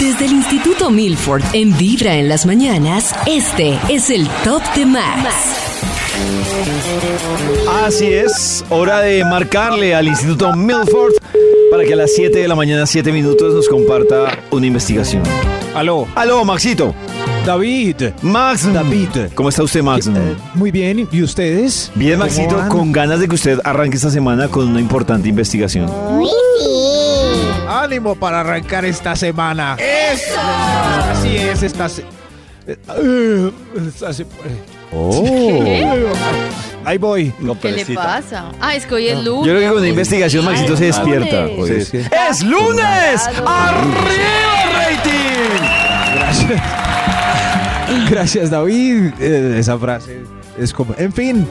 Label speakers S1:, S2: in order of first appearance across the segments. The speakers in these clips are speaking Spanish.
S1: Desde el Instituto Milford en Vibra en las mañanas, este es el Top de Max.
S2: Así es, hora de marcarle al Instituto Milford para que a las 7 de la mañana, 7 minutos, nos comparta una investigación.
S3: Aló,
S2: Aló, Maxito.
S3: David.
S2: Max.
S3: David.
S2: ¿Cómo está usted, Max?
S3: Eh, Muy bien, ¿y ustedes?
S2: Bien,
S3: ¿Cómo
S2: Maxito,
S3: van?
S2: con ganas de que usted arranque esta semana con una importante investigación.
S3: ánimo para arrancar esta semana. ¡Eso! Así es, esta se- eh, eh, esta se- eh, Ahí voy.
S2: Oh. No,
S4: ¿Qué le pasa? Ah, es que hoy es
S2: Yo
S4: lunes.
S2: creo que con una investigación Maxito se
S4: Ay,
S2: despierta.
S4: lunes.
S2: Sí. pues ¡Es lunes! ¡Arriba rating!
S3: Gracias. Gracias, David. Eh, esa frase es como. En fin.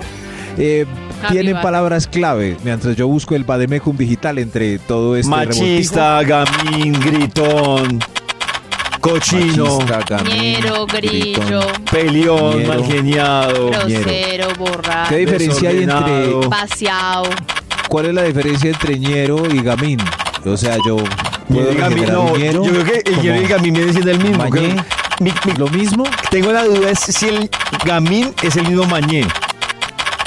S3: eh,
S4: Happy
S3: tienen
S4: Bad.
S3: palabras clave mientras yo busco el Bademecum digital entre todo este
S2: Machista, gamín, gritón,
S3: revoltijo.
S2: cochino,
S3: Machista, gamín,
S4: Ñero, grillo,
S3: gritón.
S2: peleón,
S3: Ñero.
S2: mal geniado.
S4: grosero, borracho,
S3: ¿Qué diferencia hay entre
S2: Desordenado.
S4: paseado.
S3: ¿Cuál es la diferencia entre ñero y gamín? O sea, yo puedo
S2: Ñero y gamín,
S3: considerar
S2: no,
S3: un ñero
S2: yo creo que el
S3: como
S2: ñero y el gamín vienen siendo el mismo.
S3: mañé,
S2: creo. Mi- mi-
S3: lo mismo.
S2: tengo la duda es si el gamín es el mismo mañé.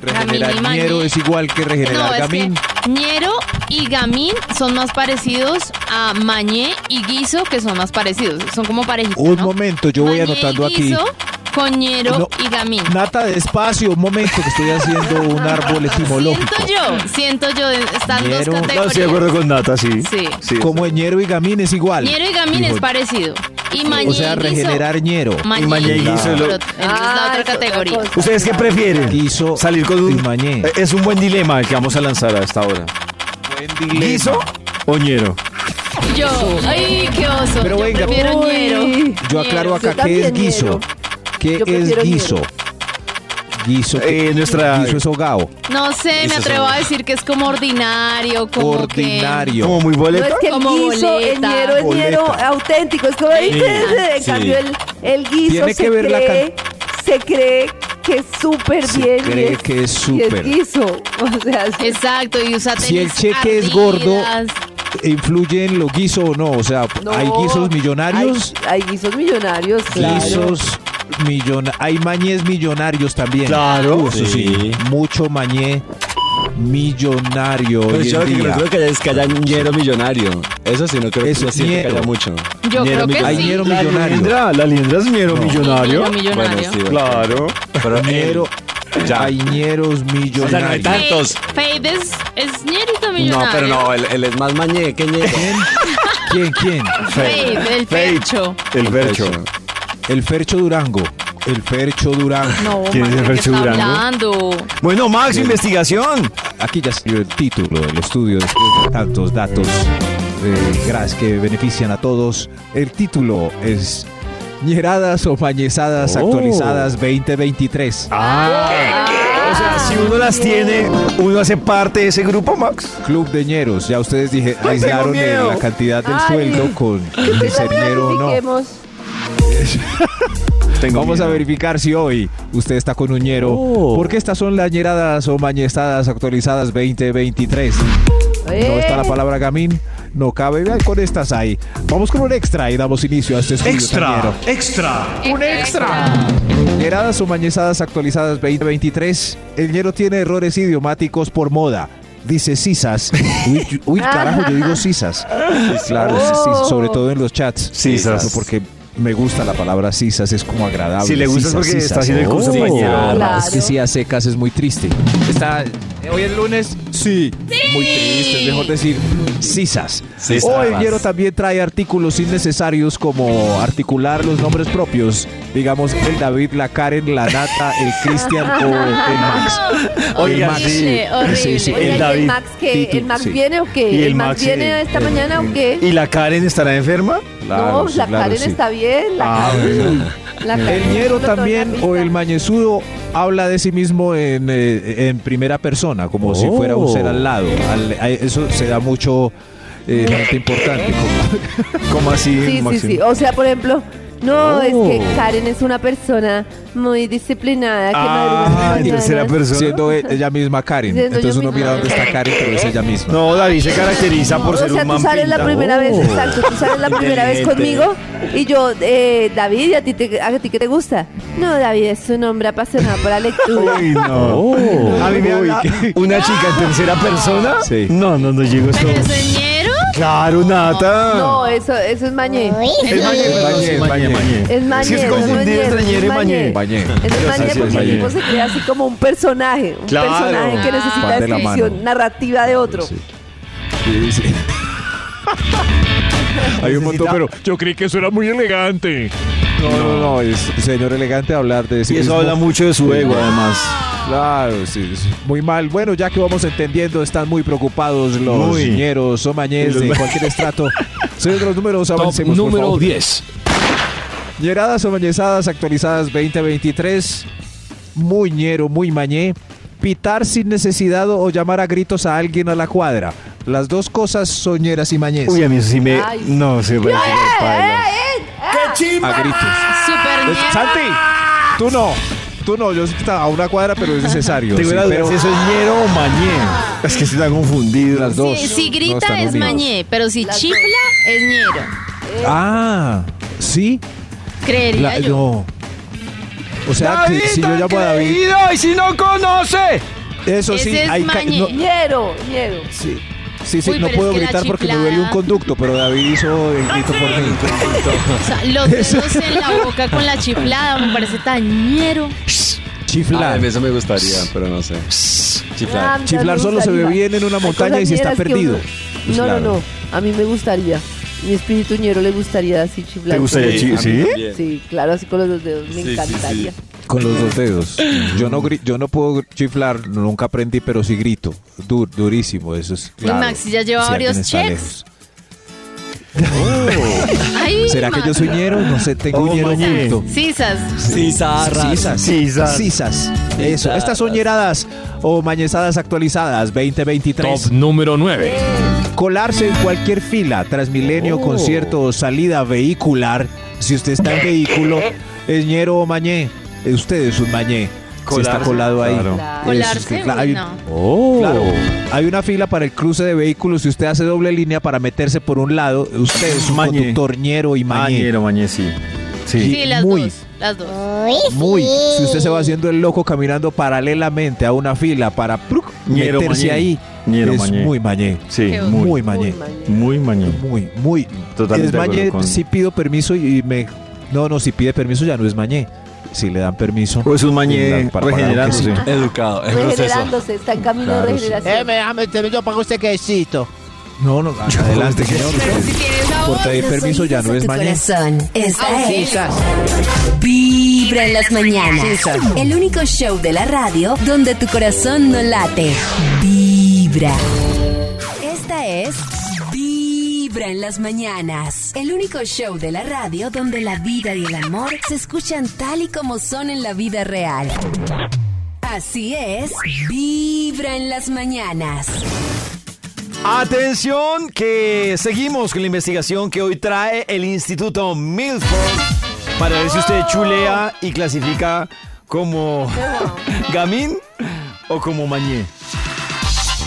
S4: Gamín y
S3: Regenerar
S4: mañé.
S3: ñero es igual que regenerar
S4: No, es que
S3: gamín.
S4: ñero y gamín son más parecidos a mañé y guiso, que son más parecidos. Son como parejitos,
S3: Un
S4: ¿no?
S3: momento, yo voy
S4: Mañé y
S3: anotando aquí.
S4: guiso Con ñero
S3: No.
S4: y gamín.
S3: Nata, despacio, un momento, que estoy haciendo un árbol etimológico.
S4: Siento yo, siento yo, están
S3: Ñero.
S4: dos
S3: No,
S2: No,
S4: categorías.
S2: estoy de acuerdo con Nata, sí.
S4: Sí.
S3: Como ñero y gamín es igual.
S4: Ñero y gamín
S3: Dijo-
S4: es parecido. Y mañé
S3: O sea,
S4: y guiso,
S3: regenerar ñero.
S4: Mañé
S2: Y mañé y guiso es lo-
S4: pero Ah, es la otra categoría.
S2: ¿Ustedes qué prefieren?
S3: Guiso
S2: Salir con
S3: y
S2: un
S3: mañé.
S2: Eh, Es un buen dilema el que vamos a lanzar a esta hora. ¿Guiso o ñero?
S4: Yo, ay, qué oso.
S3: Pero
S4: yo
S3: venga.
S4: prefiero
S5: Uy.
S4: ñero.
S3: Yo aclaro
S4: Ñero.
S3: acá
S5: Yo
S3: qué es
S5: también
S3: guiso.
S5: ñero.
S3: ¿Qué es
S5: Yo prefiero
S3: guiso? Guiso, que-
S2: Eh, nuestra
S3: guiso es hogao.
S4: No sé, me atrevo a decir que es como ordinario, como que...
S3: Ordinario.
S2: como muy
S5: No
S2: boleta.
S5: es que el
S4: Como
S5: guiso, el
S4: boleta.
S5: ñero es
S3: Boleta.
S5: ñero auténtico. Es como dices, en
S3: sí.
S5: cambio el, el guiso
S3: Tiene
S5: se,
S3: que ver la
S5: cree, se cree que es súper
S3: Se
S5: bien. y
S3: cree que es
S5: y
S3: súper.
S5: guiso. O sea, sí.
S4: Exacto, y usa
S3: Si el
S4: tenis
S3: cheque es
S4: Adidas.
S3: gordo, ¿influye en lo guiso o no? O sea,
S5: No,
S3: ¿hay guisos millonarios?
S5: Hay, hay guisos millonarios. claro.
S3: Guisos millonarios. Hay mañés millonarios también.
S2: Claro.
S3: Uh, Eso sí.
S6: Sí.
S3: Mucho mañé millonario
S6: Pues
S3: hoy en
S6: yo lo que
S3: día.
S6: creo que haya es que haya ñero millonario. Eso sí, no creo
S3: Eso
S6: que no
S3: es
S6: siento que
S3: ñero.
S6: haya mucho.
S4: Yo creo
S6: ñero
S4: que
S3: Hay
S4: sí.
S3: ñero
S2: La
S3: millonario.
S2: liendra, la liendra es ñero millonario.
S4: Ñero millonario.
S6: Bueno, sí, bueno.
S2: Claro.
S6: Pero
S3: Ñero-
S6: Ya.
S3: Hay ñeros millonarios.
S6: O sea, no hay
S4: Fade-
S6: tantos.
S4: Fade es, es ñerito
S6: No,
S4: millonario.
S6: pero no, él, él es más mañé que ñero.
S3: ¿Quién? ¿Quién?
S4: Fade, el
S2: Fade.
S4: pecho.
S2: El vercho.
S3: El Fercho Durango. El Fercho Durango.
S4: No,
S2: ¿Quién es
S4: madre,
S2: el
S4: ¿qué
S2: Fercho
S4: está
S2: Durango?
S4: hablando?
S2: Bueno, Max, investigación.
S3: Aquí ya salió el título del estudio después de tantos datos eh, gras que benefician a todos. El título es Ñeradas o Mañezadas
S2: Oh.
S3: actualizadas 2023.
S2: O
S5: Ah.
S2: sea, si uno las tiene, uno hace parte de ese grupo, Max.
S3: Club de Ñeros. Ya ustedes dije, aislaron eh,
S2: miedo.
S3: la cantidad del
S5: Ay.
S3: sueldo con el ser ñero o no.
S5: Verifiquemos.
S2: Tengo
S3: Vamos a verificar si hoy usted está con un ñero. Porque estas son las ñeradas o mañestadas actualizadas 2023. No
S5: Eh.
S3: está la palabra gamín, no cabe. Vean, con estas ahí. Vamos con un extra y damos inicio a este estudio
S7: Extra,
S3: tan
S7: extra.
S4: Un extra.
S3: ñero. Ñeradas o mañestadas actualizadas 2023. El ñero tiene errores idiomáticos por moda. Dice sisas. Uy, yo- uy, carajo, yo digo sisas. Claro,
S4: Oh.
S3: sí, sobre todo en los chats.
S2: Sisas.
S3: Porque me gusta la palabra sisas, es como agradable.
S2: Si le gusta es
S3: Sisas,
S2: porque
S3: sisas.
S2: está haciendo el curso
S6: Oh.
S2: mañana.
S5: Claro.
S3: Es que si a secas es muy triste. Está eh, hoy es lunes. Sí. Muy triste, es mejor decir sisas.
S6: Sisas.
S3: O el Ñero también trae artículos innecesarios como articular los nombres propios, digamos el David, la Karen, la Nata, el Cristian o el Max.
S2: Oiga,
S3: Max.
S2: sí.
S4: horrible.
S3: Sí, sí,
S5: Oiga,
S2: el
S5: ¿y
S2: David.
S5: el Max, qué?
S3: Sí,
S5: ¿El Max
S3: sí.
S5: viene o qué?
S2: Y el
S5: Eh, Max,
S2: Max, eh,
S5: viene
S2: sí.
S5: esta mañana o qué?
S2: ¿Y la Karen estará enferma?
S3: Claro,
S5: no,
S3: sí,
S5: la
S3: claro,
S5: Karen
S3: sí.
S2: Ah,
S5: está bien. La Karen. La
S3: El
S5: carne
S3: ñero
S5: explotó en la
S3: también
S5: pista.
S3: o el mañezudo habla de sí mismo en, eh, en primera persona, como si
S6: Oh.
S3: fuera un ser al lado. Al- a- eso se da mucho eh, gente importante. como-
S2: ¿Cómo así,
S5: Sí, sí,
S2: Maxim?
S5: sí. O sea, por ejemplo, no,
S3: Oh.
S5: es que Karen es una persona muy disciplinada. Que madruga
S2: Ah, en
S5: mañanas.
S2: tercera persona.
S3: siendo e- ella misma Karen.
S5: Siendo yo
S3: Entonces uno
S5: misma.
S3: mira dónde está Karen, pero es ella misma.
S2: No, David se caracteriza por
S5: o
S2: ser
S5: sea,
S2: un
S5: tú
S2: man
S5: sales la
S2: pinta.
S5: primera vez,
S3: Oh.
S5: exacto, tú sales la primera vez
S2: Inteligente.
S5: conmigo y yo, eh, David, ¿y a ti, te, ¿a ti qué te gusta? No, David es un hombre apasionado por la lectura.
S2: Uy, no.
S5: Oh.
S2: A mí me habla oh, una chica en tercera persona.
S3: Sí.
S2: No, no, no llego a eso.
S4: ¿Pero es el ñero?
S2: Claro, Nata.
S5: No, eh, eso, eso es mañé.
S2: Es mañé, perdón, sí, mañé, mañé.
S5: Es mañé.
S2: Es que es
S5: eso no
S2: confundir
S5: ñero,
S2: entre
S5: eso es
S2: ñero y mañé.
S3: Mañé.
S5: Eso es mañé
S2: sí,
S5: porque el
S2: mañé.
S5: tipo se crea así como un personaje, un
S2: Claro.
S5: personaje que necesita
S3: Van de la
S5: descripción
S3: mano.
S5: narrativa de otro.
S3: Sí. Sí, sí. Hay un montón, pero yo creí que eso era muy elegante. No, no, no, es señor elegante hablar de sí
S2: Y eso
S3: mismo.
S2: habla mucho de su ego, además.
S3: Claro, sí, sí. Muy mal. Bueno, ya que vamos entendiendo, están muy preocupados los
S2: Muy.
S3: niñeros o mañez de cualquier estrato. Señor de los números, avancemos, por favor.
S6: 10.
S3: Ñeradas o mañezadas actualizadas 2023. Muy ñero, muy mañé. Pitar sin necesidad o llamar a gritos a alguien a la cuadra. Las dos cosas son ñeras y mañez.
S2: Uy, a mí eso sí me.
S5: eh, Ay. eh,
S2: No, se me paila.
S3: a gritos.
S4: Super
S3: Es-
S4: ñero.
S3: Santi, tú no. Tú no, yo estaba a una cuadra, pero es necesario.
S2: Te
S3: sí,
S2: hubiera
S3: pero
S2: dudado si eso es ñero o mañé. Es que se están confundidos.
S3: las dos.
S4: Si, si
S3: no
S4: grita
S3: están
S4: es
S3: unidos.
S4: mañé, pero si
S5: Las
S4: chifla es ñero.
S3: Ah, sí.
S4: Creería
S3: La-
S4: yo.
S3: no. O sea, que si yo llamo a David,
S2: y si no conoce.
S3: eso
S4: Ese
S3: sí,
S4: es
S3: ca-
S4: mañé.
S3: no-
S5: Ñero, ñero.
S3: Sí, sí, sí,
S4: Uy,
S3: no
S4: pero
S3: puedo
S4: es que la
S3: gritar porque me duele un
S4: chiflada.
S3: conducto, pero David hizo el grito por mí.
S4: O sea, los dedos en la boca con la chiflada me parece tan ñero.
S3: Chiflar.
S6: Ah, eso me gustaría, pero no sé.
S5: Ah,
S6: Chiflar.
S5: me
S3: Chiflar solo se ve
S5: gustaría.
S3: bien en una
S5: Hay
S3: montaña y
S5: cosas
S3: si está
S5: ñeras que
S3: perdido.
S5: uno-
S3: Pues
S5: no,
S3: claro.
S5: no, no. A mí me gustaría. Mi espíritu ñero le gustaría así chiflar.
S2: ¿Te gustaría
S5: con-
S2: chi-
S6: a mí
S2: sí?
S6: también.
S5: Sí, claro, así con los dos dedos. Me
S6: Sí, sí,
S5: encantaría.
S6: sí.
S3: Con los dos dedos. Yo no, gri- yo no puedo chiflar, nunca aprendí, pero sí grito. Du- durísimo, eso es
S4: Uy,
S3: claro.
S4: Maxi ya lleva
S3: Si alguien
S4: varios
S3: está
S4: checks.
S3: lejos.
S4: Ay,
S3: ¿Será que
S4: Max.
S3: yo soy ñero? No sé, tengo
S2: Oh,
S3: un ñero
S2: mañé.
S3: oculto.
S4: Sisas.
S3: Sisas.
S2: Sisas.
S3: Sisas. Eso. Estas son ñeradas o mañezadas actualizadas 2023. Top número 9. Colarse en cualquier fila, transmilenio, concierto o salida vehicular. Si usted está en vehículo, es ñero o mañé. Eh, Usted es un mañé. Si está
S2: Colarse,
S3: colado ahí.
S2: claro. Oh.
S3: Eso es que,
S4: Colarse,
S3: claro,
S4: uy,
S3: hay-
S4: no.
S3: Claro, hay una fila para el cruce de vehículos. Si usted hace doble línea para meterse por un lado, usted es un
S2: Mañé.
S3: conductor ñero y mañé.
S2: Mañero, mañé, sí. Sí.
S4: Sí, las
S3: muy.
S4: dos. Las dos.
S3: Muy. Si usted se va haciendo el loco caminando paralelamente a una fila para pruc,
S2: Ñero
S3: meterse
S2: mañé.
S3: ahí,
S2: Ñero
S3: es
S2: mañé.
S3: muy mañé.
S2: Sí,
S4: Qué
S3: Muy,
S2: muy.
S3: mañé.
S5: Uy, mañé.
S2: Muy mañé.
S3: Muy, muy.
S2: Totalmente
S3: es
S2: de acuerdo
S3: mañé,
S2: con-
S3: si pido permiso y me... No, no, si pide permiso ya no es mañé. Si le dan permiso...
S2: O es Pues un
S3: en
S2: mañé
S3: la- para- para lo que
S2: regenerándose.
S3: sea.
S6: Educado, es proceso.
S5: Regenerándose, está en camino
S3: Claro,
S5: de
S3: sí.
S5: regeneración.
S8: Eh, ah,
S3: No, no, adelante, señor.
S4: Pero si tienes la
S3: Por
S4: voz.
S3: pedir Eh, permiso ya no es Ah, mañé.
S1: Corazón, esta es
S4: auxilio.
S1: Vibra en las mañanas. El único show de la radio donde tu corazón no late. Vibra. Esta es Vibra en las mañanas. El único show de la radio donde la vida y el amor se escuchan tal y como son en la vida real. Así es, Vibra en las mañanas.
S2: Atención, que seguimos con la investigación que hoy trae el Instituto Milford para ver si usted chulea y clasifica como gamín o como mañé.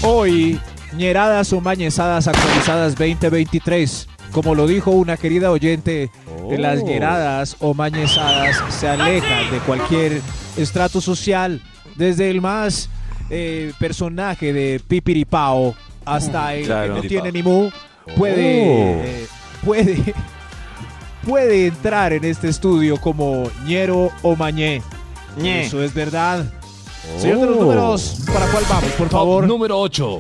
S3: Hoy, ñeradas o mañezadas actualizadas 2023. Como lo dijo una querida oyente, las ñeradas o mañezadas se alejan de cualquier estrato social, desde el más eh, personaje de Pipiripao hasta el
S6: claro.
S3: que no tiene ni mu, puede, eh, puede, puede entrar en este estudio como ñero o mañé. Eso es verdad. Señor de los números, ¿para cuál vamos, por favor?
S8: número 8.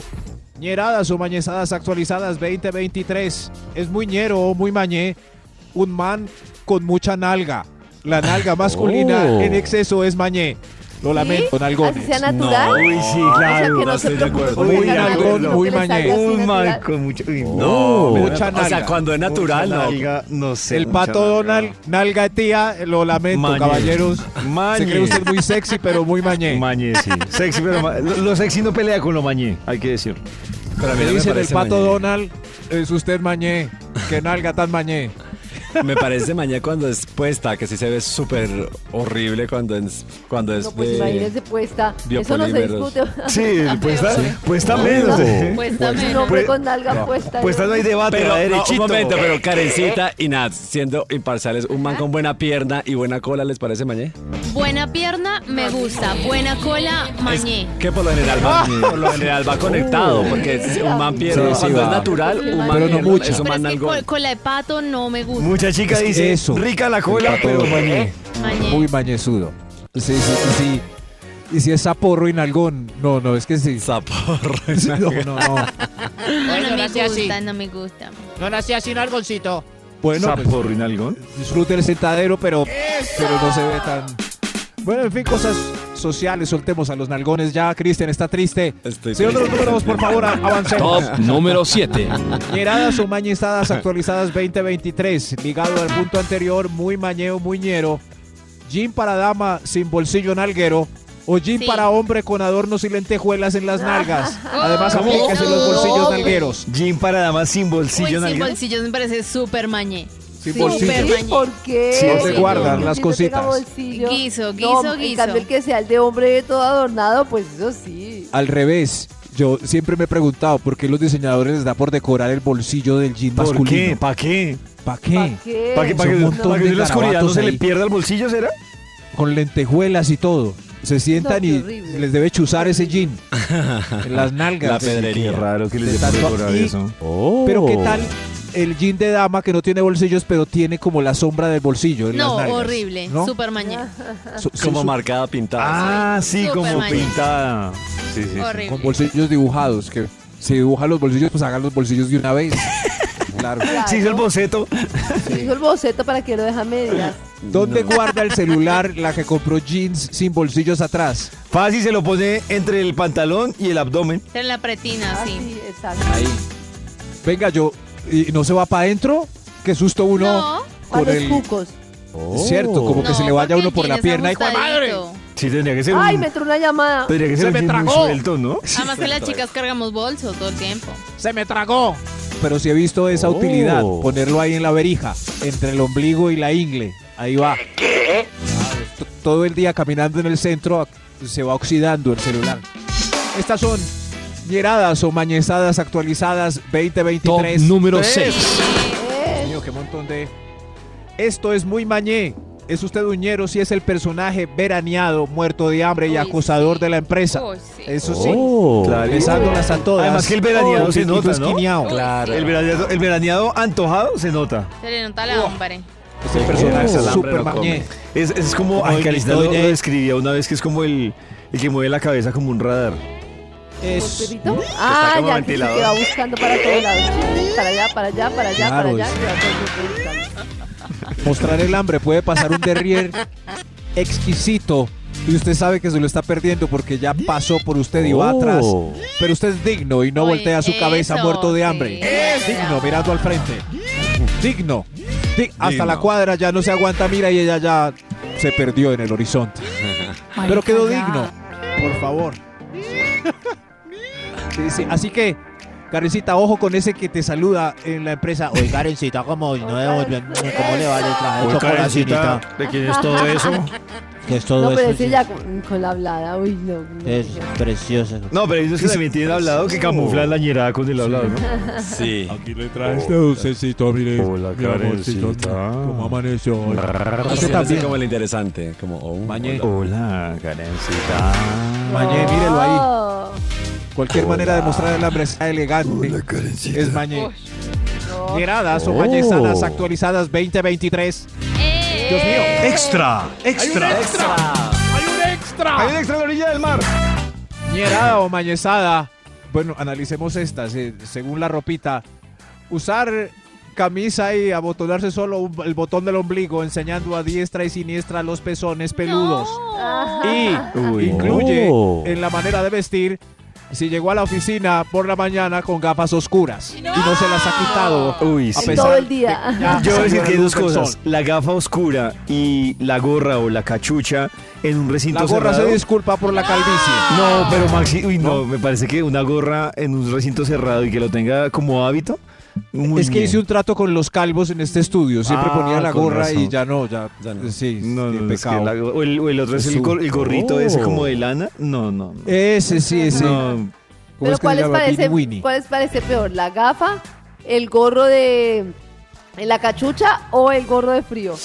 S3: Ñeradas o mañezadas actualizadas 2023. Es muy ñero o muy mañé. Un man con mucha nalga. La nalga masculina en exceso es mañé. Lo lamento,
S5: ¿Sí?
S3: don Algones.
S5: Así sea natural.
S2: Uy, sí,
S5: O sea,
S2: claro,
S5: que
S6: no estoy de
S5: nosotros
S6: acuerdo.
S5: podemos
S3: Muy
S5: sacar algo
S3: nalgón,
S5: que
S3: muy
S5: le salga
S3: mañé.
S5: así
S2: Un
S5: natural.
S2: man con mucho. uy,
S6: No,
S3: mucha
S6: o sea,
S3: nalga.
S6: Oh. cuando es natural,
S2: Mucha
S6: no.
S2: nalga, no sé.
S3: El
S2: mucha
S3: pato
S2: nalga.
S3: Donald, nalga de tía, lo lamento,
S2: Mañé.
S3: caballeros.
S2: Mañé.
S3: Se cree usted muy sexy, pero muy mañé.
S2: Mañé, sí. Sexy, pero ma- lo, lo sexy no pelea con lo mañé, hay que decir.
S6: Pero a mí
S3: Me
S6: no me
S3: dicen el
S6: parece
S3: pato
S6: mañé.
S3: Donald, es usted mañé. Que nalga tan mañé.
S6: Me parece mañana cuando es puesta, que sí se ve súper horrible cuando es, cuando es
S5: No, pues
S6: de-
S5: imagínese puesta. Eso no se
S6: biopolímeros.
S5: discute.
S2: Sí, pues está, pues está menos. ¿eh?
S4: Pues también.
S5: Un hombre
S2: Pues-
S5: con nalga puesta.
S2: Pues está no hay debate,
S6: Pero,
S2: va
S6: no, un
S2: derechito. Eh,
S6: momento, pero Karencita y Nat, siendo imparciales, un man con buena pierna y buena cola, ¿les parece mañé?
S4: Buena pierna, me gusta. Buena cola, mañé.
S6: Que por lo general
S4: Ah.
S6: va, por lo general va conectado, porque es un man pierna
S3: Sí, sí,
S6: cuando
S3: va.
S6: es natural, un man
S3: Pero no
S6: pierna
S3: mucha.
S6: es un
S4: Pero
S6: man
S4: es que
S6: nalgón.
S4: col- cola de pato no me gusta.
S2: Mucha chica
S3: Es que
S2: dice,
S3: eso.
S2: rica la cola, pero mañé.
S4: Mañé.
S3: Muy mañezudo. Sí, sí, sí, sí. Y si es saporro y nalgón. No, no, es que sí.
S6: Zaporro.
S3: No, no, no.
S8: Bueno,
S4: no me
S8: nací así.
S4: gusta, no me gusta.
S8: No nací así, nalgoncito.
S3: Bueno, pues,
S2: ¿Sapo Rinalgón?
S3: disfrute el sentadero, pero, pero no se ve tan. Bueno, en fin, cosas sociales, soltemos a los nalgones ya. Cristian está triste.
S6: Estoy
S3: Señor de los
S6: triste.
S3: números, por favor, a- avancemos.
S9: número 7.
S3: Miradas o mañestadas actualizadas 2023. Ligado al punto anterior, muy mañeo, muñero. Jean para dama sin bolsillo nalguero. O jean
S4: Sí.
S3: para hombre con adornos y lentejuelas en las nalgas. Además,
S4: ¿Cómo?
S3: aplíquese en los bolsillos
S4: Oh, No.
S3: nalgueros.
S2: Jean para damas sin
S4: Uy,
S2: bolsillo.
S4: sin
S2: nalga.
S4: bolsillos pues me parece súper mañé.
S3: Sin
S4: Sí.
S3: bolsillo.
S4: Súper mañé.
S5: ¿Por qué?
S3: Sí,
S4: no se
S3: guardan
S5: Que
S3: las
S5: si no tenga
S3: cositas.
S5: bolsillo.
S4: Guiso,
S5: No,
S4: guiso,
S5: En
S4: guiso.
S5: cambio, el que sea el de hombre todo adornado, pues eso sí.
S3: Al revés, yo siempre me he preguntado por qué los diseñadores les da por decorar el bolsillo del jean
S2: ¿Por qué?
S3: masculino.
S2: ¿Para qué?
S3: ¿Para
S5: ¿Para
S3: qué?
S5: qué?
S2: ¿Para que, pa'
S3: Son
S2: que,
S3: un
S2: pa'
S3: montón
S2: que
S3: de
S2: en la oscuridad no
S3: garabatos
S2: se le
S3: ahí.
S2: pierda el bolsillo, será?
S3: Con lentejuelas y todo. Se sientan
S5: qué
S3: y
S5: horrible.
S3: les debe chuzar ese jean. en las nalgas.
S6: La pedrería.
S2: raro que
S3: les dé por decorar eso.
S2: Oh.
S3: Pero qué tal el jean de dama que no tiene bolsillos, pero tiene como la sombra del bolsillo. en las
S4: No,
S3: nalgas,
S4: horrible.
S3: ¿no?
S4: Súper mañé.
S3: So- so-
S6: Como
S3: so-
S6: marcada, pintada.
S2: Ah, sí, como
S4: Superman.
S2: pintada. Sí, sí.
S3: Con
S4: Horrible.
S3: bolsillos dibujados. Que si dibujan los bolsillos, pues hagan los bolsillos de una vez. claro.
S5: Claro.
S2: Se hizo el boceto.
S5: Se hizo el boceto para que lo deja a medias.
S3: ¿Dónde guarda el celular la que compró jeans sin bolsillos atrás?
S2: Fácil se lo pone entre el pantalón y el abdomen.
S4: En la
S5: Ah,
S4: pretina, Ah, sí.
S5: Así, exacto.
S3: Venga, yo. ¿Y no se va para adentro? Qué susto uno.
S4: No.
S5: Para
S3: Con
S5: los
S3: el-
S5: cucos.
S3: Cierto, como que
S4: No,
S3: se le vaya
S4: porque
S3: uno por
S4: el
S3: la
S4: jean es
S3: pierna. ¡Hijo de madre!
S4: ajustadito.
S2: Sí, tendría que ser
S5: Ay,
S2: un...
S5: me entró una llamada.
S2: Tendría que ser
S8: Se
S2: un
S8: me
S2: jean muy
S8: tragó.
S2: suelto, ¿no?
S4: Además que las chicas cargamos bolsos todo el tiempo.
S8: Se me tragó.
S3: Pero sí he visto esa utilidad, ponerlo ahí en la verija, entre el ombligo y la ingle. Ahí va. Claro, t- Todo el día caminando en el centro ac- se va oxidando el celular. Estas son hieradas o mañezadas actualizadas 2023.
S9: número
S3: Tres.
S5: Eh,
S3: Mío, qué montón de. Esto es muy mañé. Es usted uñero si es el personaje veraneado, muerto de hambre y
S4: Uy,
S3: acosador
S4: sí.
S3: de la empresa.
S4: Uy, sí.
S3: Eso sí.
S2: Claro.
S3: Oh. Besándolas a todas. Oh,
S2: Además que el veraneado
S3: Un
S2: se
S3: poquito
S2: nota, ¿no?
S3: esquineado.
S6: Claro.
S2: El veraneado, el veraneado antojado se nota.
S4: Se le nota la hombre.
S3: Es el personaje
S6: Oh.
S3: super
S6: El hambre no
S3: mañé.
S2: Es, es como,
S3: Como
S2: ay,
S3: el
S2: Carista lo,
S3: Doña-
S2: lo describía una vez que es como el, el que mueve la cabeza como un radar.
S3: Es
S5: ¿perrito? Ah,
S2: como
S5: ya que se
S2: ventilador.
S5: va buscando para todos lados. Para allá, para allá, para allá, para
S3: Claro,
S5: allá.
S3: es-
S5: que va todo el mundo buscando.
S3: mostrar el hambre, puede pasar un derrier exquisito y usted sabe que se lo está perdiendo porque ya pasó por usted y
S6: Oh.
S3: va atrás. Pero usted es digno y no
S4: Uy,
S3: voltea su cabeza
S4: eso,
S3: muerto de
S4: sí.
S3: hambre.
S4: Eso.
S3: Digno, mirando al frente. Digno. Di- hasta
S6: Digno.
S3: la cuadra ya no se aguanta, mira y ella ya se perdió en el horizonte. Pero quedó digno. Por favor. Sí, sí, Así que, Karencita, ojo con ese que te saluda en la empresa. Oye, Karencita, ¿cómo, no,
S8: eh,
S3: ¿cómo le vale traer chocolatinita?
S2: ¿de quién es todo eso?
S3: Que es todo
S5: No, pero
S3: eso.
S5: ese ya con, con la hablada. Uy, no. no,
S3: Es
S5: no.
S3: precioso.
S2: No, pero ellos que también tienen hablado que camuflan la ñerada con el hablado, ¿no?
S6: Sí.
S3: Aquí le traje este dulcecito, mire.
S2: Hola,
S3: mi amorcito,
S2: Karencita.
S3: ¿Cómo amaneció hoy?
S6: Así, así
S3: también.
S6: como el interesante. Como, oh,
S3: Mañé.
S6: hola.
S2: Hola, Karencita.
S3: Mañé, mírelo ahí.
S5: No,
S3: Cualquier manera de mostrar el hambre está elegante. es Mañé. Miradas o mañezadas
S2: Oh.
S3: actualizadas 2023.
S4: ¡Eh!
S3: Dios mío.
S2: Extra, extra. Hay un extra en la orilla del mar.
S3: Ñerada o mañezada. Bueno, analicemos estas eh, según la ropita. Usar camisa y abotonarse solo un- el botón del ombligo, enseñando a diestra y siniestra los pezones peludos.
S4: Oh.
S5: Ah.
S3: Y
S2: Uy, Oh.
S3: incluye
S2: no.
S3: en la manera de vestir si llegó a la oficina por la mañana con gafas oscuras y no se las ha quitado
S2: Uy,
S3: a
S2: sí.
S3: pesar
S5: Todo
S3: de
S5: el día.
S3: que ya
S2: Yo voy a decir
S3: salió
S2: que hay
S3: la
S2: dos
S3: luz del
S2: cosas.
S3: sol.
S2: La gafa oscura y la gorra o la cachucha en un recinto
S3: La gorra se
S2: cerrado. Ah,
S3: disculpa por la calvicie.
S2: No, pero Maxi, uy, no, me parece que una gorra en un recinto cerrado y que lo tenga como hábito. muy
S3: es que hice
S2: bien.
S3: un trato con los calvos en este estudio. Siempre
S2: Ah,
S3: ponía la
S2: con
S3: gorra y
S2: razón.
S3: ya no, ya,
S6: Ya no.
S3: Sí,
S2: No,
S3: sí,
S2: no, es que
S3: pecado.
S2: la- o, el, o el otro es el, gor- el gorrito ese como de lana. No, no. no.
S3: Ese sí, ese.
S2: No,
S3: ¿Cómo es
S5: Pero
S3: que se
S5: ¿cuál, les
S3: llama?
S5: parece,
S3: Pingüini.
S5: ¿cuál les parece peor? ¿La gafa, el gorro de la cachucha o el gorro de frío?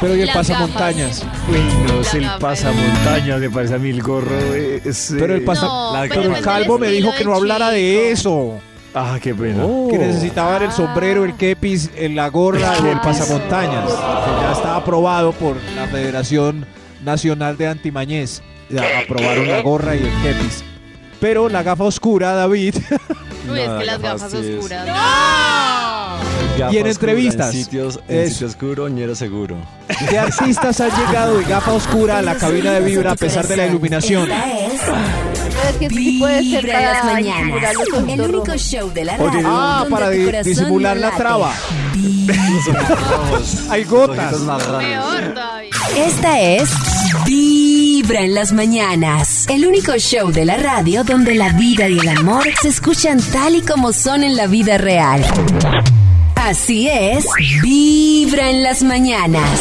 S3: Pero y el
S4: Las
S3: pasamontañas.
S2: uy, no,
S4: La
S2: es el
S4: gafa,
S2: pasamontaña, me parece a mí el gorro. eh, es,
S3: Pero el
S2: eh,
S3: pasa-
S4: No,
S6: la-
S4: pero pues
S3: Pero
S4: es
S3: el
S4: el
S3: calvo me
S4: estilo
S3: dijo que no
S4: de
S3: hablara de
S4: chico.
S3: eso.
S2: Ah, qué pena.
S3: Que necesitaban el sombrero, el kepis, eh, la gorra y el pasamontañas. Que ya está aprobado por la Federación Nacional de Antimañez. Ya aprobaron la gorra y el kepis. Pero la gafa oscura, David,
S4: Uy, es
S6: No,
S4: que las
S6: gafas
S4: gafas
S6: sí es-
S4: oscuras.
S6: Gafa
S3: Y en
S6: oscura,
S3: entrevistas.
S6: En sitios, en
S3: Eso.
S6: sitio oscuro, ñero seguro.
S3: ¿qué artistas han llegado de gafa oscura a la cabina de Vibra a pesar de la iluminación?
S5: Pero es que sí
S1: Vibra
S5: puede
S1: en
S5: ser
S1: las
S5: para
S1: mañanas.
S5: disimular los
S1: El
S5: ojitos
S1: único
S5: rojos.
S1: show de la
S3: Oye,
S1: radio.
S3: ah,
S1: donde
S3: para
S1: tu
S3: di-
S1: corazón
S3: disimular
S1: no
S3: la
S1: late.
S3: traba.
S6: Vamos.
S3: Hay gotas.
S6: Ojitos marranos.
S4: Peor todavía.
S1: Esta es Vibra en las mañanas. El único show de la radio donde la vida y el amor se escuchan tal y como son en la vida real. Así es, Vibra en las mañanas.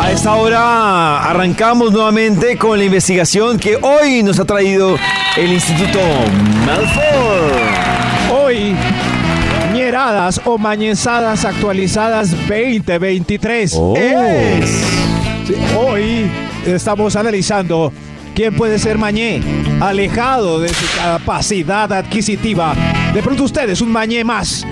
S2: A esta hora arrancamos nuevamente con la investigación que hoy nos ha traído el Instituto Malfoy.
S3: Hoy, ñeradas o mañezadas actualizadas 2023. Es. Hoy estamos analizando quién puede ser mañé, alejado de su capacidad adquisitiva. De pronto usted es un mañé más.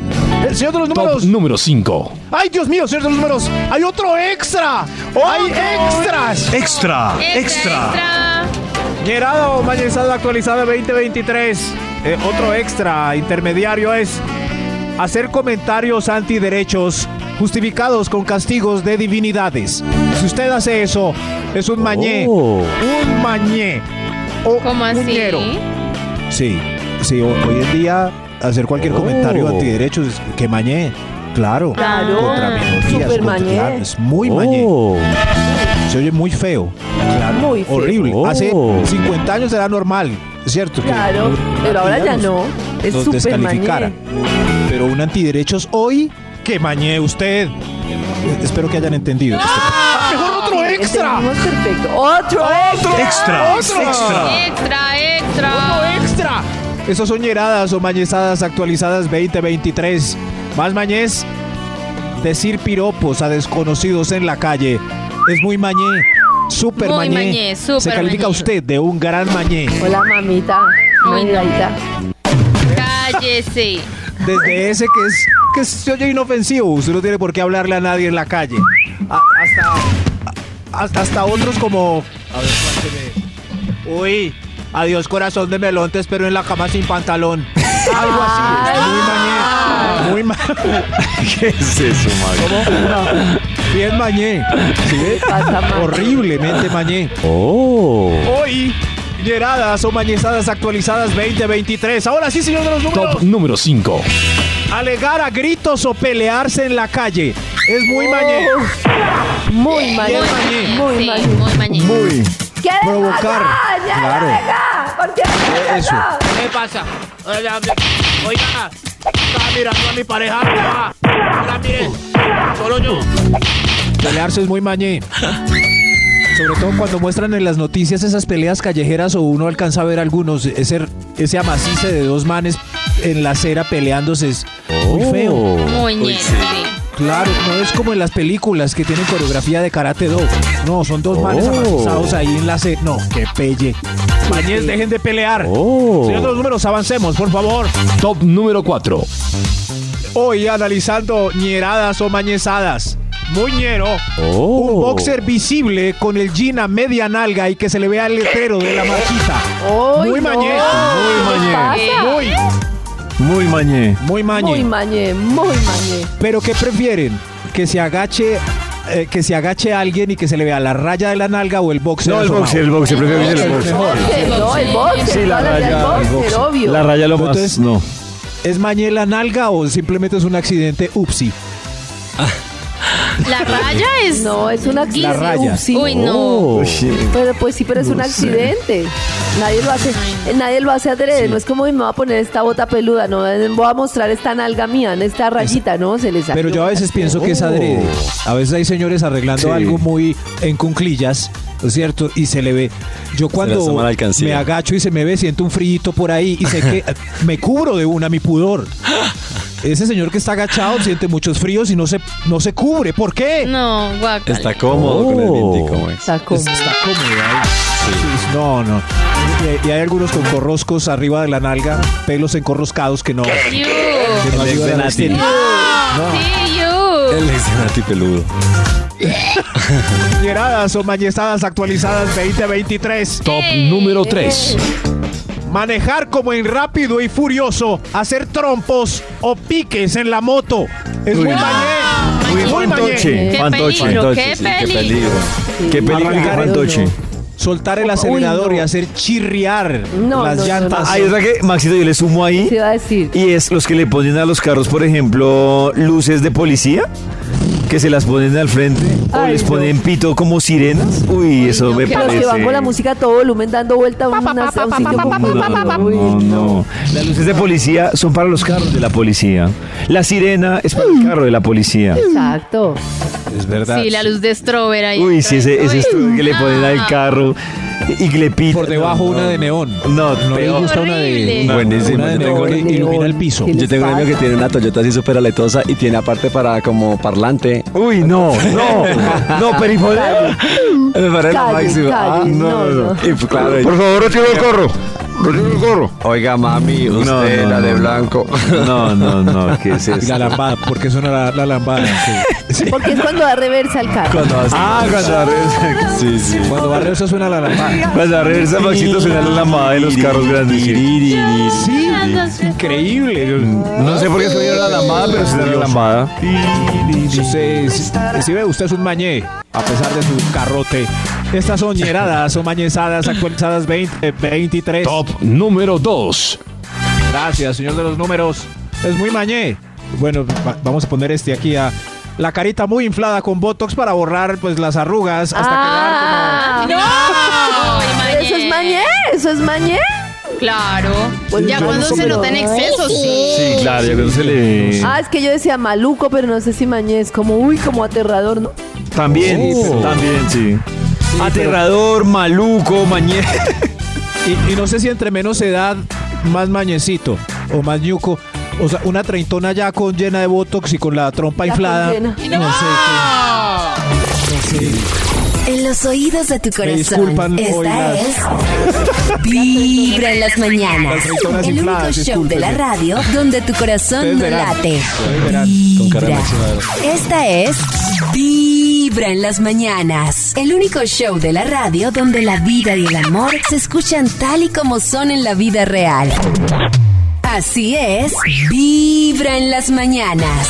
S3: El señor de los números.
S9: número 5.
S3: ¡Ay, Dios mío, señor de los números! ¡Hay otro extra! ¡Hay extras!
S9: Extra,
S4: Extra.
S3: Gerardo Mañezada actualizada 2023. Eh, otro extra intermediario es hacer comentarios antiderechos justificados con castigos de divinidades. Si usted hace eso, es un mañé. Un mañé. O
S4: ¿Cómo
S3: un
S4: así?
S3: ñero. Sí, sí, ho- hoy en día hacer cualquier comentario antiderecho es que mañé. Claro.
S5: Claro.
S3: Contra minorías,
S5: Súper
S3: contra-
S5: Ah. mañé.
S3: claro, es muy mañé. Se oye muy feo. Claro,
S5: Muy feo.
S3: Horrible. Hace 50 años era normal, ¿cierto? Que
S5: Claro,
S3: los
S5: pero ahora ya
S3: latinos
S5: no. Es
S3: Los
S5: súper mañé.
S3: descalificaran. Pero un antiderechos hoy, que mañé usted. Eh, Espero que hayan entendido. ¡Mejor otro
S5: Entendimos Este perfecto. ¡Otro extra!
S9: extra,
S4: Extra, extra.
S3: extra. Esas soñeradas o mañezadas actualizadas 2023. Más mañez, decir piropos a desconocidos en la calle es muy mañé. Súper
S4: Muy
S3: mañé.
S4: mañé, súper
S3: Se califica
S4: mañé.
S3: usted de un gran mañé.
S5: Hola, mamita.
S4: Muy
S5: Mañadita.
S4: Cállese.
S3: Desde ese que es que se oye inofensivo, usted no tiene por qué hablarle a nadie en la calle. A- hasta, a- hasta hasta otros como a ver, cuénteme. Uy, adiós corazón de melón, te espero en la cama sin pantalón. Algo así, es muy mañé. Muy mañé.
S2: ¿Qué es eso, Maxi?
S3: Bien mañé. ¿sí ve?
S5: Pasa mal.
S3: Horriblemente mañé. Hoy Lleradas o mañezadas actualizadas 2023. Ahora sí, señor de los números.
S9: número 5.
S3: Alegar a gritos o pelearse en la calle. Es muy mañé.
S5: Muy mañé.
S3: Bien mañé.
S5: Muy
S4: Sí,
S5: mañé.
S4: muy mañana.
S2: Muy.
S5: ¿Qué le
S3: Provocar,
S5: pasa? ¡Ya,
S3: claro.
S5: venga! ¿Por qué le
S3: Eso.
S5: pasa?
S8: ¿Qué pasa? Oiga, oiga, estaba mirando a mi pareja. oiga. Ahora mire, solo yo.
S3: Pelearse es muy mañé. Sobre todo cuando muestran en las noticias esas peleas callejeras o uno alcanza a ver algunos, ese, ese amacice de dos manes en la acera peleándose es muy
S2: Oh.
S3: feo.
S4: Muy ñero, sí.
S3: Claro, no es como en las películas que tienen coreografía de karate do. No, son dos manes
S9: Oh.
S3: amacizados ahí en la acera. No, qué pelle. Mañés, dejen de pelear. Señor de los números, avancemos, por favor.
S9: Oh. Top número 4.
S3: Hoy analizando ñeradas o mañezadas. Muñero.
S9: Oh.
S3: Un boxer visible con el jean a media nalga y que se le vea el letrero de la marquita.
S5: ¡Ay,
S3: Muy
S5: no!
S3: mañé.
S5: ¿Qué
S3: Muy mañé.
S5: pasa?
S3: Muy.
S2: Muy mañé.
S3: Muy mañe.
S5: Muy mañé, muy mañé.
S3: Pero ¿qué prefieren? Que se agache eh, que se agache a alguien y que se le vea la raya de la nalga o el boxer.
S2: No, el
S3: asomado?
S2: boxer, el boxer, prefiero que sea el boxer.
S5: Boxer, no, el boxer.
S2: Sí, la
S5: todas las del
S2: raya, el boxer.
S5: obvio.
S2: La raya lo más.
S3: Entonces-
S2: No.
S3: ¿Es mañe la nalga o simplemente es un accidente? Upsi.
S4: La raya es.
S5: No, es un
S4: guiso.
S5: accidente.
S3: raya.
S5: Upsi.
S4: Uy, no.
S2: Uy, sí.
S5: Pero pues sí, pero es un accidente. Nadie lo hace, eh, nadie lo hace adrede. No es como "Uy, me voy a poner esta bota peluda, no eh, voy a mostrar esta nalga mía, en esta rayita, ¿no? Se les
S3: Pero yo a veces pienso que es adrede. A veces hay señores arreglando
S2: Oh. Sí.
S3: algo muy en cunclillas, ¿no es cierto? Y se le ve. Yo cuando
S6: asoma la alcancía.
S3: me agacho y se me ve, siento un frito por ahí y sé que me cubro de una mi pudor. Ese señor que está agachado siente muchos fríos y no se, no se cubre. ¿Por qué?
S4: No, guacala.
S2: Oh.
S6: Está cómodo con el vindico, güey.
S5: Saco.
S3: Está cómodo ahí. Sí, No, no. Y, y hay algunos con corroscos arriba de la nalga, pelos encorroscados que no. que
S4: You.
S3: no
S6: El
S3: ayudan a la
S6: ex de Nati.
S3: estética.
S4: Sí, you.
S6: El ex de Nati peludo.
S3: Llegadas o mañezadas actualizadas 2023.
S9: Top número 3.
S3: Manejar como en rápido y furioso, hacer trompos o piques en la moto. Es muy mañé.
S2: Uy,
S3: Muy mañé.
S2: fantoche.
S4: Qué
S2: Fantoche.
S4: peligro,
S2: Fantoche,
S4: qué
S2: sí,
S4: peligro.
S2: Qué peligro, qué
S3: Arrancar el
S2: fantoche.
S3: Soltar el acelerador y hacer chirriar
S5: No,
S3: las
S5: no, no,
S3: llantas.
S5: no.
S2: Hay otra que, Maxito, yo le sumo ahí.
S5: Se iba a decir.
S2: Y es los que le ponen a los carros, por ejemplo, luces de policía, que se las ponen al frente, o
S5: Ay,
S2: les
S5: no.
S2: ponen pito como sirenas. Uy, eso me
S5: Que los
S2: parece.
S5: que van con la música a todo volumen dando vuelta a un, a un sitio como- Uy,
S2: No, no. Las luces de policía son para los carros de la policía. La sirena es para el carro de la policía.
S5: Exacto.
S3: Es verdad.
S4: Sí, la luz de Strober ahí.
S2: Uy, sí, ese, ese
S4: Uy,
S2: estudio que le ponen al carro y que le pitan.
S3: Por debajo una de neón.
S2: No,
S3: No le
S2: peor.
S3: gusta una de,
S4: Horrible.
S6: Buenísimo,
S3: una de
S6: yo tengo
S3: neón
S5: una-
S3: que ilumina el piso.
S5: ¿Qué
S6: Yo
S5: les
S6: tengo un amigo que
S5: pasa?
S6: tiene una Toyota así súper aletosa y tiene aparte para como parlante.
S2: Uy, no, no, no, perifoleo.
S6: Me parece lo
S5: Calle,
S6: máximo.
S5: calle, no, no.
S6: Y pues, claro,
S7: Por favor, retiro el corro. Retiro el corro.
S6: oiga, mami, usted
S2: No, no,
S6: la de
S2: no.
S6: blanco.
S2: No, no, no, ¿qué es
S3: Y
S2: eso?
S3: la lambada, porque suena la, la lambada. sí.
S5: Porque es cuando da reversa al carro.
S2: Ah, cuando arregla-
S6: Sí, sí.
S3: Cuando va a reversa suena la lambada.
S2: Cuando regresa Maxito suena la lambada de los carros grandes.
S3: Sí,
S4: Andas-
S3: increíble.
S2: No sé por qué suena la lambada, pero suena la lambada.
S3: Usted, si, si ve, usted es un mañé, a pesar de su carrote. Estas son ñeradas, son mañezadas actualizadas 20, 23.
S9: Top número 2.
S3: Gracias, señor de los números. Es muy mañé. Bueno, va- vamos a poner este aquí a la carita muy inflada con Botox para borrar pues las arrugas hasta
S5: Ah,
S4: No. Ah. Ay,
S5: pero Eso es mañé, eso es mañé.
S4: Claro.
S5: Pues
S4: ya
S5: yo
S4: cuando
S5: no
S4: se
S5: creo.
S4: nota en exceso, sí.
S2: Sí, claro, yo creo que se le.
S5: Ah, es que yo decía maluco, pero no sé si mañé es como, uy, como aterrador. ¿no?
S2: También, también, sí. Aterrador, maluco, mañé.
S3: que no. Y, y no sé si entre menos edad, más mañecito o más ñuco. O sea, una treintona ya con llena de Botox y con la trompa
S5: Ya con
S3: inflada.
S5: llena.
S3: No sé qué.
S1: En los oídos de tu corazón.
S3: disculpan
S1: esta
S3: hoy las-
S1: es Vibra en las mañanas.
S3: Las personas
S1: El único
S3: infladas,
S1: show de la radio donde tu corazón
S3: Ustedes
S1: no
S3: verán.
S1: late.
S3: Ustedes verán.
S6: Con cara
S1: Vibra.
S6: máxima de-
S1: Esta es Vibra en las mañanas. El único show de la radio donde la vida y el amor se escuchan tal y como son en la vida real. Así es, Vibra en las mañanas.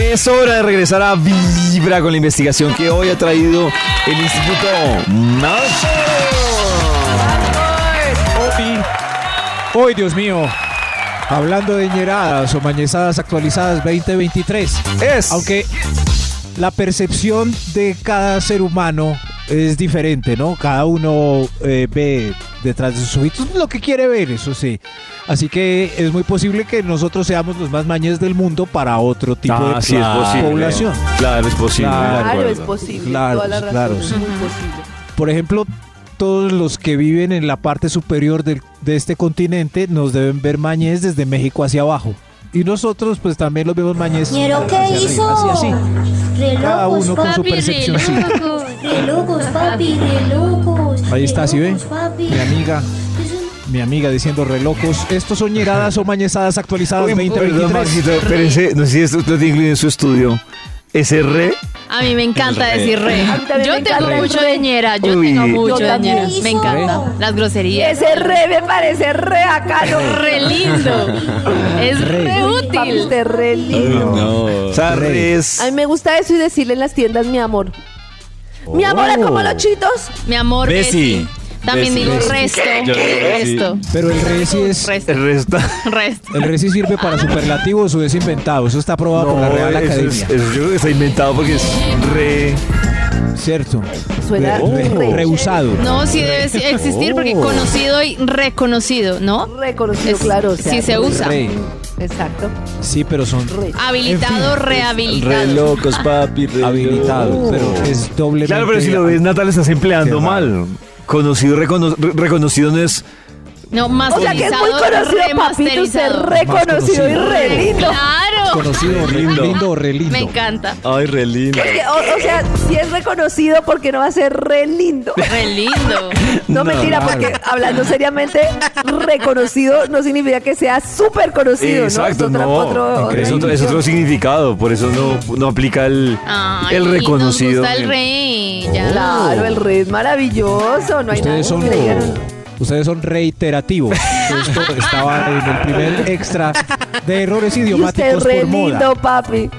S2: Es hora de regresar a Vibra con la investigación que hoy ha traído el Instituto Nacho.
S3: Hoy, hoy, Dios mío, hablando de ñeradas o mañezadas actualizadas 2023.
S2: Es.
S3: Aunque la percepción de cada ser humano es diferente, ¿no? Cada uno eh, ve detrás de sus ojitos lo que quiere ver, eso sí. Así que es muy posible que nosotros seamos los más mañes del mundo para otro tipo de
S2: Ah, sí, es posible.
S3: población.
S2: Claro, es posible.
S3: Claro,
S5: Claro,
S3: acuerdo.
S5: es posible.
S3: Claro,
S5: toda la razón,
S3: claro,
S5: es
S3: sí.
S5: muy posible.
S3: Por ejemplo, todos los que viven en la parte superior del- de este continente nos deben ver mañez desde México hacia abajo. Y nosotros pues también los vemos mañez.
S10: Ñero, ¿qué
S3: hacia arriba,
S10: hizo?
S3: Así, así.
S10: Re
S3: Cada
S10: locos,
S3: uno con su
S10: papi.
S3: percepción. sí.
S10: Re locos, papi, re locos.
S3: Ahí está,
S10: Re
S3: ¿sí ven?
S10: locos, papi.
S3: Mi amiga,
S10: Es un-
S3: mi amiga diciendo relocos. Estos son ñeradas o mañezadas actualizadas
S2: Uy, perdón,
S3: 2023.
S2: Maxito, pero ese, no sé si esto lo tiene incluido en su estudio. Ese re.
S4: A mí me encanta
S6: Re.
S4: decir re.
S5: A mí también me
S4: Yo tengo
S5: encanta el
S4: mucho
S5: re.
S4: de ñera, yo
S2: Uy.
S4: tengo
S5: Yo
S4: mucho de
S5: también.
S4: ñera. Me encanta. Las groserías.
S5: Ese re me parece re acá.
S4: Re lindo. Es
S3: Re.
S4: re útil.
S5: Este re lindo.
S6: No.
S2: O sea,
S3: Re.
S2: re es-
S5: A mí me gusta eso y decirle en las tiendas mi amor. Mi amor, es como los chitos.
S4: Mi amor,
S6: Besi.
S4: Besi. También
S6: Besi.
S4: digo
S6: Besi.
S4: resto.
S6: Yo digo Besi.
S4: Resto.
S3: Pero el re sí es.
S4: Resto.
S2: el resto.
S4: Resto.
S3: El re sí sirve para superlativos o es inventado. Eso está aprobado por la Real
S2: eso
S3: Academia.
S2: es- eso yo creo que está inventado porque es re.
S3: Cierto.
S5: Suena
S3: Re- re-
S5: re-
S3: reusado.
S4: No, sí debe ser- existir porque
S6: Oh.
S4: conocido y reconocido, ¿no?
S5: Reconocido,
S4: Es-
S5: claro. o sea,
S4: sí se usa.
S3: Re.
S5: Exacto.
S3: Sí, pero son
S5: Re.
S4: Habilitado,
S6: Re
S4: rehabilitado.
S6: locos, papi. re
S3: habilitados.
S6: locos.
S3: Pero es doblemente.
S2: Claro, pero si lo ves, Nata, le estás empleando
S3: Qué
S2: mal. Conocido, recono- re- reconocido no es.
S4: No,
S5: O sea
S4: masterizado,
S5: que es muy conocido, papito. Usted
S4: remasterizado.
S5: reconocido y
S3: conocido.
S5: re lindo.
S4: Claro.
S3: Conocido, re
S6: Lindo.
S3: lindo o re lindo.
S4: Me encanta.
S6: Ay, re lindo.
S5: Es que, o, o sea, si es reconocido, porque no va a ser re lindo?
S4: Re lindo.
S5: No, mentira,
S3: claro.
S5: porque hablando seriamente, reconocido no significa que sea súper conocido,
S2: Exacto,
S5: ¿no? Es otra-
S2: no.
S5: otro- otra
S2: es, otro, es
S5: dimensión.
S2: otro significado, por eso no, no aplica el,
S4: Ay,
S2: el reconocido.
S4: Nos gusta el rey. Ya.
S5: Claro, el re es maravilloso, no hay nada
S3: Ustedes son,
S5: que le digan.
S3: ustedes son reiterativos. Esto estaba en el primer extra de errores
S5: Y usted
S3: idiomáticos
S5: re
S3: por moda.
S5: lindo, papi.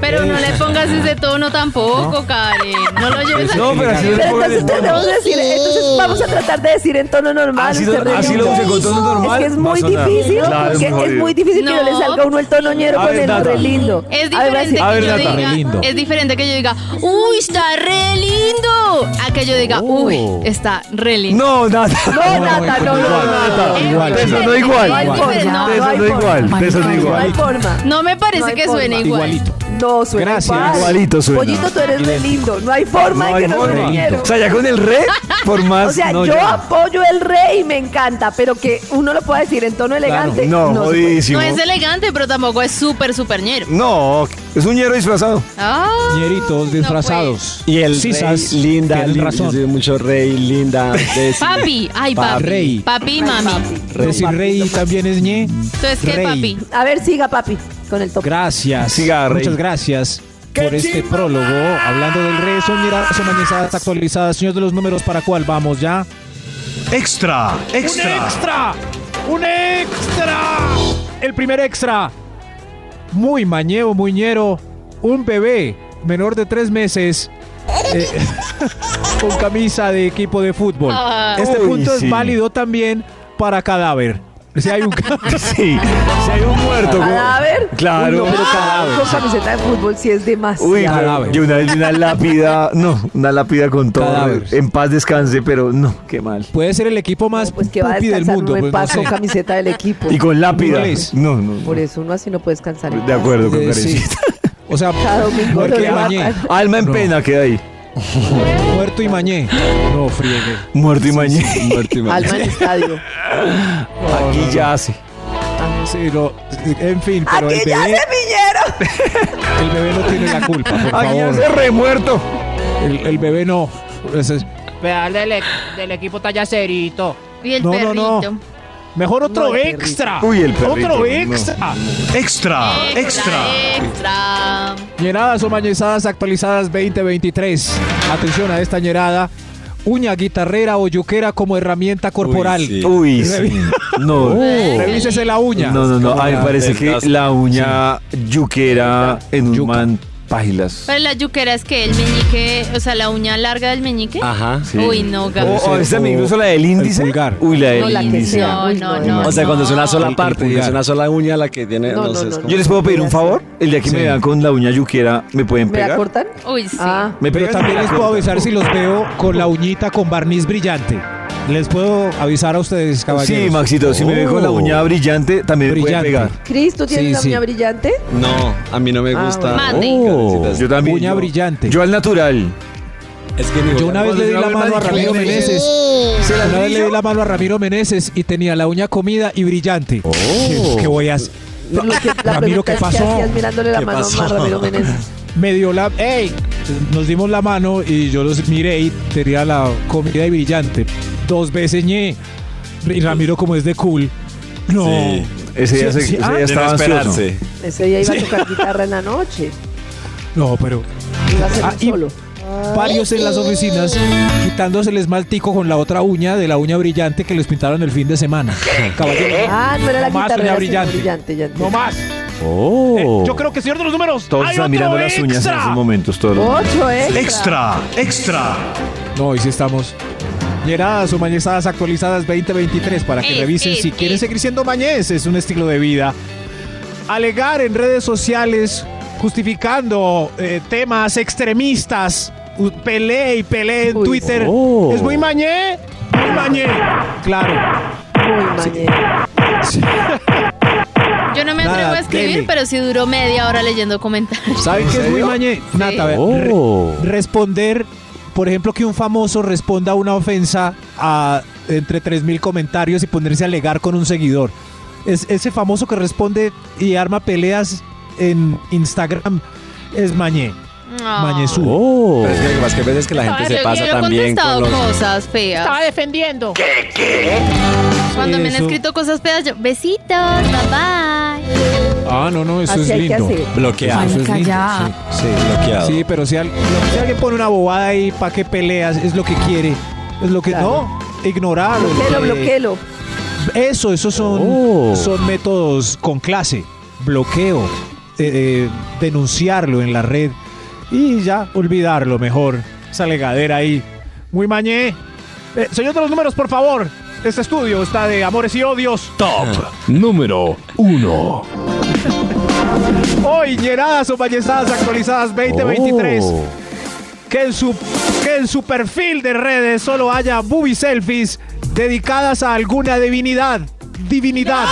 S4: Pero no le pongas ese tono tampoco, Karen. No lo lleves
S2: No,
S4: a...
S2: pero así no le
S5: Pero
S2: pongan
S5: entonces
S2: el tono.
S5: tenemos que decir, entonces vamos a tratar de decir en tono normal.
S2: Así
S5: usted
S2: lo,
S5: re
S2: así lo
S5: lindo.
S2: usen con tono normal.
S5: Es que es
S2: va a
S5: muy
S2: sonar.
S5: difícil,
S2: Claro,
S5: porque
S2: muy
S5: es
S2: jodido.
S5: muy difícil que no le
S4: No.
S5: salga a uno el tono ñero
S2: A
S5: con
S2: ver,
S5: el
S2: Nata.
S5: re lindo.
S4: Es
S5: A ver, va a
S4: diferente,
S5: decir,
S2: A ver,
S4: que yo
S2: Nata.
S4: diga,
S3: Re lindo.
S4: es diferente que yo diga, uy, está re lindo. A que yo diga, uy, está re lindo.
S2: No, Nata.
S5: No, Nata, no, no,
S3: igual,
S5: no, no.
S3: igual.
S2: Eso no igual.
S5: No hay
S3: Igual.
S5: forma,
S4: No,
S5: no
S2: eso
S5: hay
S2: no
S5: forma.
S2: igual. Eso no
S5: No hay
S2: igual.
S5: forma.
S4: No, me parece
S5: No hay
S4: que suena
S5: forma.
S4: igual.
S3: Igualito.
S5: No, suena
S3: Gracias.
S5: igual.
S2: Igualito suena.
S5: Pollito, tú eres re lindo. No hay forma
S2: No
S5: de
S2: hay
S5: que no
S2: forma.
S5: suene ñero.
S2: O sea, ya con el re, por más.
S5: O sea,
S2: Ah, no,
S5: yo
S2: ya.
S5: apoyo el re y me encanta, pero que uno lo pueda decir en tono elegante.
S2: No,
S5: se puede.
S2: jodidísimo.
S4: No es elegante, pero tampoco es súper, súper ñero.
S2: No, es un ñero disfrazado.
S4: Ah,
S3: Ñeritos
S4: no,
S3: disfrazados.
S6: Y el
S3: Sisas,
S6: rey, linda,
S3: tienen
S6: linda.
S3: razón.
S6: Yo soy mucho rey, linda.
S4: pues.
S6: Besi.
S4: Papi, ay,
S6: Pa-
S4: papi.
S3: rey.
S4: Papi, mami.
S3: Decir rey también es ñe.
S4: Entonces, ¿qué,
S3: Rey.
S4: papi?
S5: A ver, siga, papi, con el top.
S3: Gracias.
S2: Siga, rey.
S3: Muchas gracias por este prólogo. Hablando del re, son ñeras, son mañezadas actualizadas. Señor de los números, ¿para cuál vamos ya?
S7: Extra,
S3: ¡Un
S7: extra.
S3: extra! ¡Un extra! El primer extra. Muy mañeo, muñero. Un bebé menor de tres meses. eh, con camisa de equipo de fútbol.
S4: Ah.
S3: este
S2: Uy,
S3: punto
S2: sí.
S3: es válido también para cadáver. Si hay un ca- pues
S2: Sí, si hay un muerto. como-
S5: Cadáver.
S2: Claro.
S5: Uy, no, Con camiseta de fútbol sí es de más.
S2: Uy,
S3: pero-
S2: y una, y una lápida, no, una lápida con todo.
S3: Cadáver.
S2: En paz descanse, pero no, qué mal.
S3: Puede ser el equipo más
S5: No, pues que va a
S3: pupi del
S5: descansar
S3: mundo.
S5: uno en
S3: pues, no
S5: paz
S3: sé.
S5: con camiseta del equipo.
S2: Y con lápida.
S3: Inglés.
S2: No, no.
S5: Por eso uno así no puede descansar. en
S2: De
S5: paz.
S2: acuerdo con
S3: Eh, sí.
S2: Karencita.
S3: O sea,
S5: Cada domingo
S3: muerto
S5: lo
S3: y mañé.
S5: matan.
S2: Alma en
S3: No.
S2: pena queda ahí.
S3: Muerto y mañé. No, friegue.
S2: Muerto y mañana.
S6: Muerto y mal.
S5: Alma en estadio.
S2: Aquí ya hace.
S3: Sí, no, en fin, pero
S5: ¡Aquí
S3: el
S5: ya
S3: bebé,
S5: se piñero!
S3: el bebé no tiene la culpa, por
S2: Aquí ya
S3: favor.
S2: se remuerto.
S3: El, el bebé no. Ese es-
S8: Pedal del, e- del equipo tallacerito.
S4: Y el
S3: No, no,
S4: perrito.
S3: no. Mejor otro
S5: No, el perrito.
S3: extra.
S2: Uy, el perrito,
S3: Otro
S2: no.
S3: extra.
S6: Ah.
S7: Extra, extra.
S4: Extra.
S3: Ñeradas o mañezadas actualizadas 2023. Atención a esta ñerada. Uña guitarrera o yuquera como herramienta corporal. Oh,
S6: Uy, sí.
S2: Uy, sí. No.
S3: Revísese la uña.
S2: No, no, no. A mí me parece que
S6: Delgazo.
S2: la uña yuquera en un
S3: Yuca.
S2: man pailas.
S4: Pero la yuquera es que el meñique, o sea, la uña larga del meñique.
S6: Ajá.
S2: Sí.
S4: Uy, no,
S2: O,
S4: Gabriel.
S2: o esta,
S3: O
S2: incluso la del índice.
S3: pulgar.
S2: Uy, la del
S5: No, la que
S2: índice.
S5: sea.
S4: No, no,
S5: Uy, no,
S4: no.
S6: O sea, cuando es una sola
S3: El- el
S6: parte, y es
S3: pulgar.
S6: una sola uña la que tiene.
S5: No,
S6: No,
S5: no,
S6: sé, es
S5: no,
S6: como-
S2: Yo les puedo pedir un favor. El día que
S3: Sí.
S2: me vean con la uña yuquera, ¿me pueden
S5: ¿Me la
S2: pegar?
S5: cortan?
S4: Uy, sí.
S5: Ah.
S2: ¿Me
S3: Pero
S2: pegan?
S3: también les puedo avisar si los veo con la uñita con barniz brillante. Les puedo avisar a ustedes, caballeros.
S2: Sí, Maxito, si me ven con la uña Oh. brillante, también me pueden
S3: Brillante.
S2: pegar.
S5: Cris, ¿tú tienes
S3: Sí,
S5: la
S3: sí.
S5: uña brillante?
S6: No, a mí no me
S5: Ah,
S6: gusta.
S4: bueno. Mate.
S6: Oh.
S2: Yo también.
S3: Uña
S2: yo-
S3: brillante.
S2: Yo al natural.
S6: Es que mi
S3: Yo
S6: boca-
S3: una vez le di la mano a Ramiro Meneses. Una vez le di la mano a Ramiro Meneses y tenía la uña comida y brillante. ¿Qué, qué voy a hacer?
S5: Pero lo que- la
S3: Ramiro,
S5: pregunta
S3: ¿qué
S5: es
S3: pasó?
S5: hacías mirándole la
S6: ¿Qué
S5: mano
S6: pasó?
S5: a Ramiro Meneses?
S3: Me dio la... ¡Ey! Nos dimos la mano y yo los miré y tenía la comida y brillante. Dos veces ñe. Y Ramiro como es de cool. No.
S6: Sí.
S2: Ese día,
S3: Sí,
S2: se-
S3: sí,
S2: ese
S3: ah.
S2: día
S6: De no
S2: estaba ansioso.
S6: esperarse.
S5: Ese día iba a tocar guitarra en la noche.
S3: No, pero. Ah,
S5: Iba a ser un
S3: y
S5: solo.
S3: Varios en las oficinas quitándose el esmaltico con la otra uña de la uña brillante que les pintaron el fin de semana. Caballero.
S5: Ah, no era la
S3: no más
S5: guitarra,
S3: uña
S5: era
S3: brillante.
S5: brillante. ya
S3: No
S5: entendí.
S3: más. Eh,
S2: Oh.
S11: Yo creo que señor de los números.
S2: Todos
S11: hay
S2: están
S11: otro
S2: mirando las uñas en
S11: extra.
S2: esos momentos. Todos los-
S5: Ocho ¿eh?
S11: Extra, extra.
S3: No, hoy sí estamos. Llenadas o mañezadas actualizadas 2023 para que
S4: Eh,
S3: revisen
S4: eh,
S3: si
S4: eh.
S3: quieren seguir siendo mañez. Es un estilo de vida. Alegar en redes sociales justificando eh, temas extremistas. u- Peleé y peleé en
S5: Uy.
S3: Twitter.
S2: Oh.
S3: Es muy mañé. Muy mañé. Claro.
S5: Muy mañero.
S4: Yo no me
S3: Nada,
S4: atrevo a escribir,
S3: dele.
S4: pero sí duró media hora leyendo comentarios.
S3: ¿Saben qué es muy mañé? Nata, a ver, re-
S2: Oh.
S3: responder, por ejemplo, que un famoso responda a una ofensa a entre 3.000 comentarios y ponerse a alegar con un seguidor. Es, ese famoso que responde y arma peleas en Instagram es Mañé.
S4: No.
S5: Ah.
S3: Mañezú.
S2: Oh.
S6: Pero es que lo que pasa es que a veces que la gente
S4: Ay,
S6: se
S4: yo
S6: pasa
S4: he
S6: también
S4: contestado
S6: con los...
S4: cosas feas.
S8: Estaba defendiendo.
S4: Cuando me han
S3: Eso.
S4: escrito cosas feas, yo, besitos, bye bye.
S3: Ah, no, no, eso
S5: Así
S3: es
S5: hay que
S3: lindo.
S5: hacer.
S6: Bloqueado.
S3: Eso es lindo,
S6: Sí, bloqueado.
S3: Sí, pero si, al- si alguien pone una bobada ahí, ¿para qué peleas? Es lo que quiere. Es lo que
S5: Claro.
S3: no. Ignorarlo.
S5: Bloquelo,
S3: eh,
S5: bloquelo.
S3: Eso, esos son,
S2: Oh.
S3: son métodos con clase, bloqueo, eh, eh, denunciarlo en la red y ya olvidarlo mejor. Esa legadera ahí. Muy mañé.
S8: Eh, señor de los números, por favor. Este estudio está de amores y odios.
S12: Top número 1.
S3: Hoy, llenadas o ballestadas actualizadas 2023.
S2: Oh.
S3: Que, en su, que en su perfil de redes solo haya booby selfies dedicadas a alguna divinidad. Divinidad.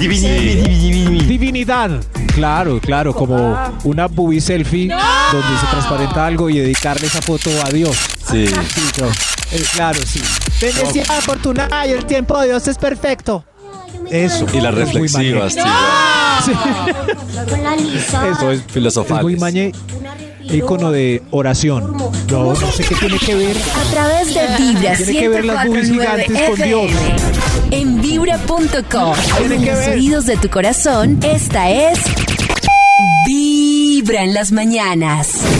S3: Divinidad. Claro, claro, como una booby selfie donde se transparenta algo y dedicarle esa foto a Dios.
S6: Sí.
S3: Sí, yo. Eh, claro, sí. Bendecida, afortunada y el tiempo de Dios es perfecto. Eso.
S6: Y las
S3: Es muy
S6: reflexivas,
S3: mañé.
S6: sí.
S3: Sí,
S10: Con la lisa.
S6: Eso es
S3: Es
S6: filosofal.
S3: muy mañé. Icono de oración. No, no sé qué tiene que ver.
S10: A través de ti.
S1: Vibra
S3: Tiene que ver las boobies
S1: 104.9
S3: gigantes con
S1: FM.
S3: Dios.
S1: En vibra.com. En los oídos de tu corazón, esta es Vibra en las mañanas.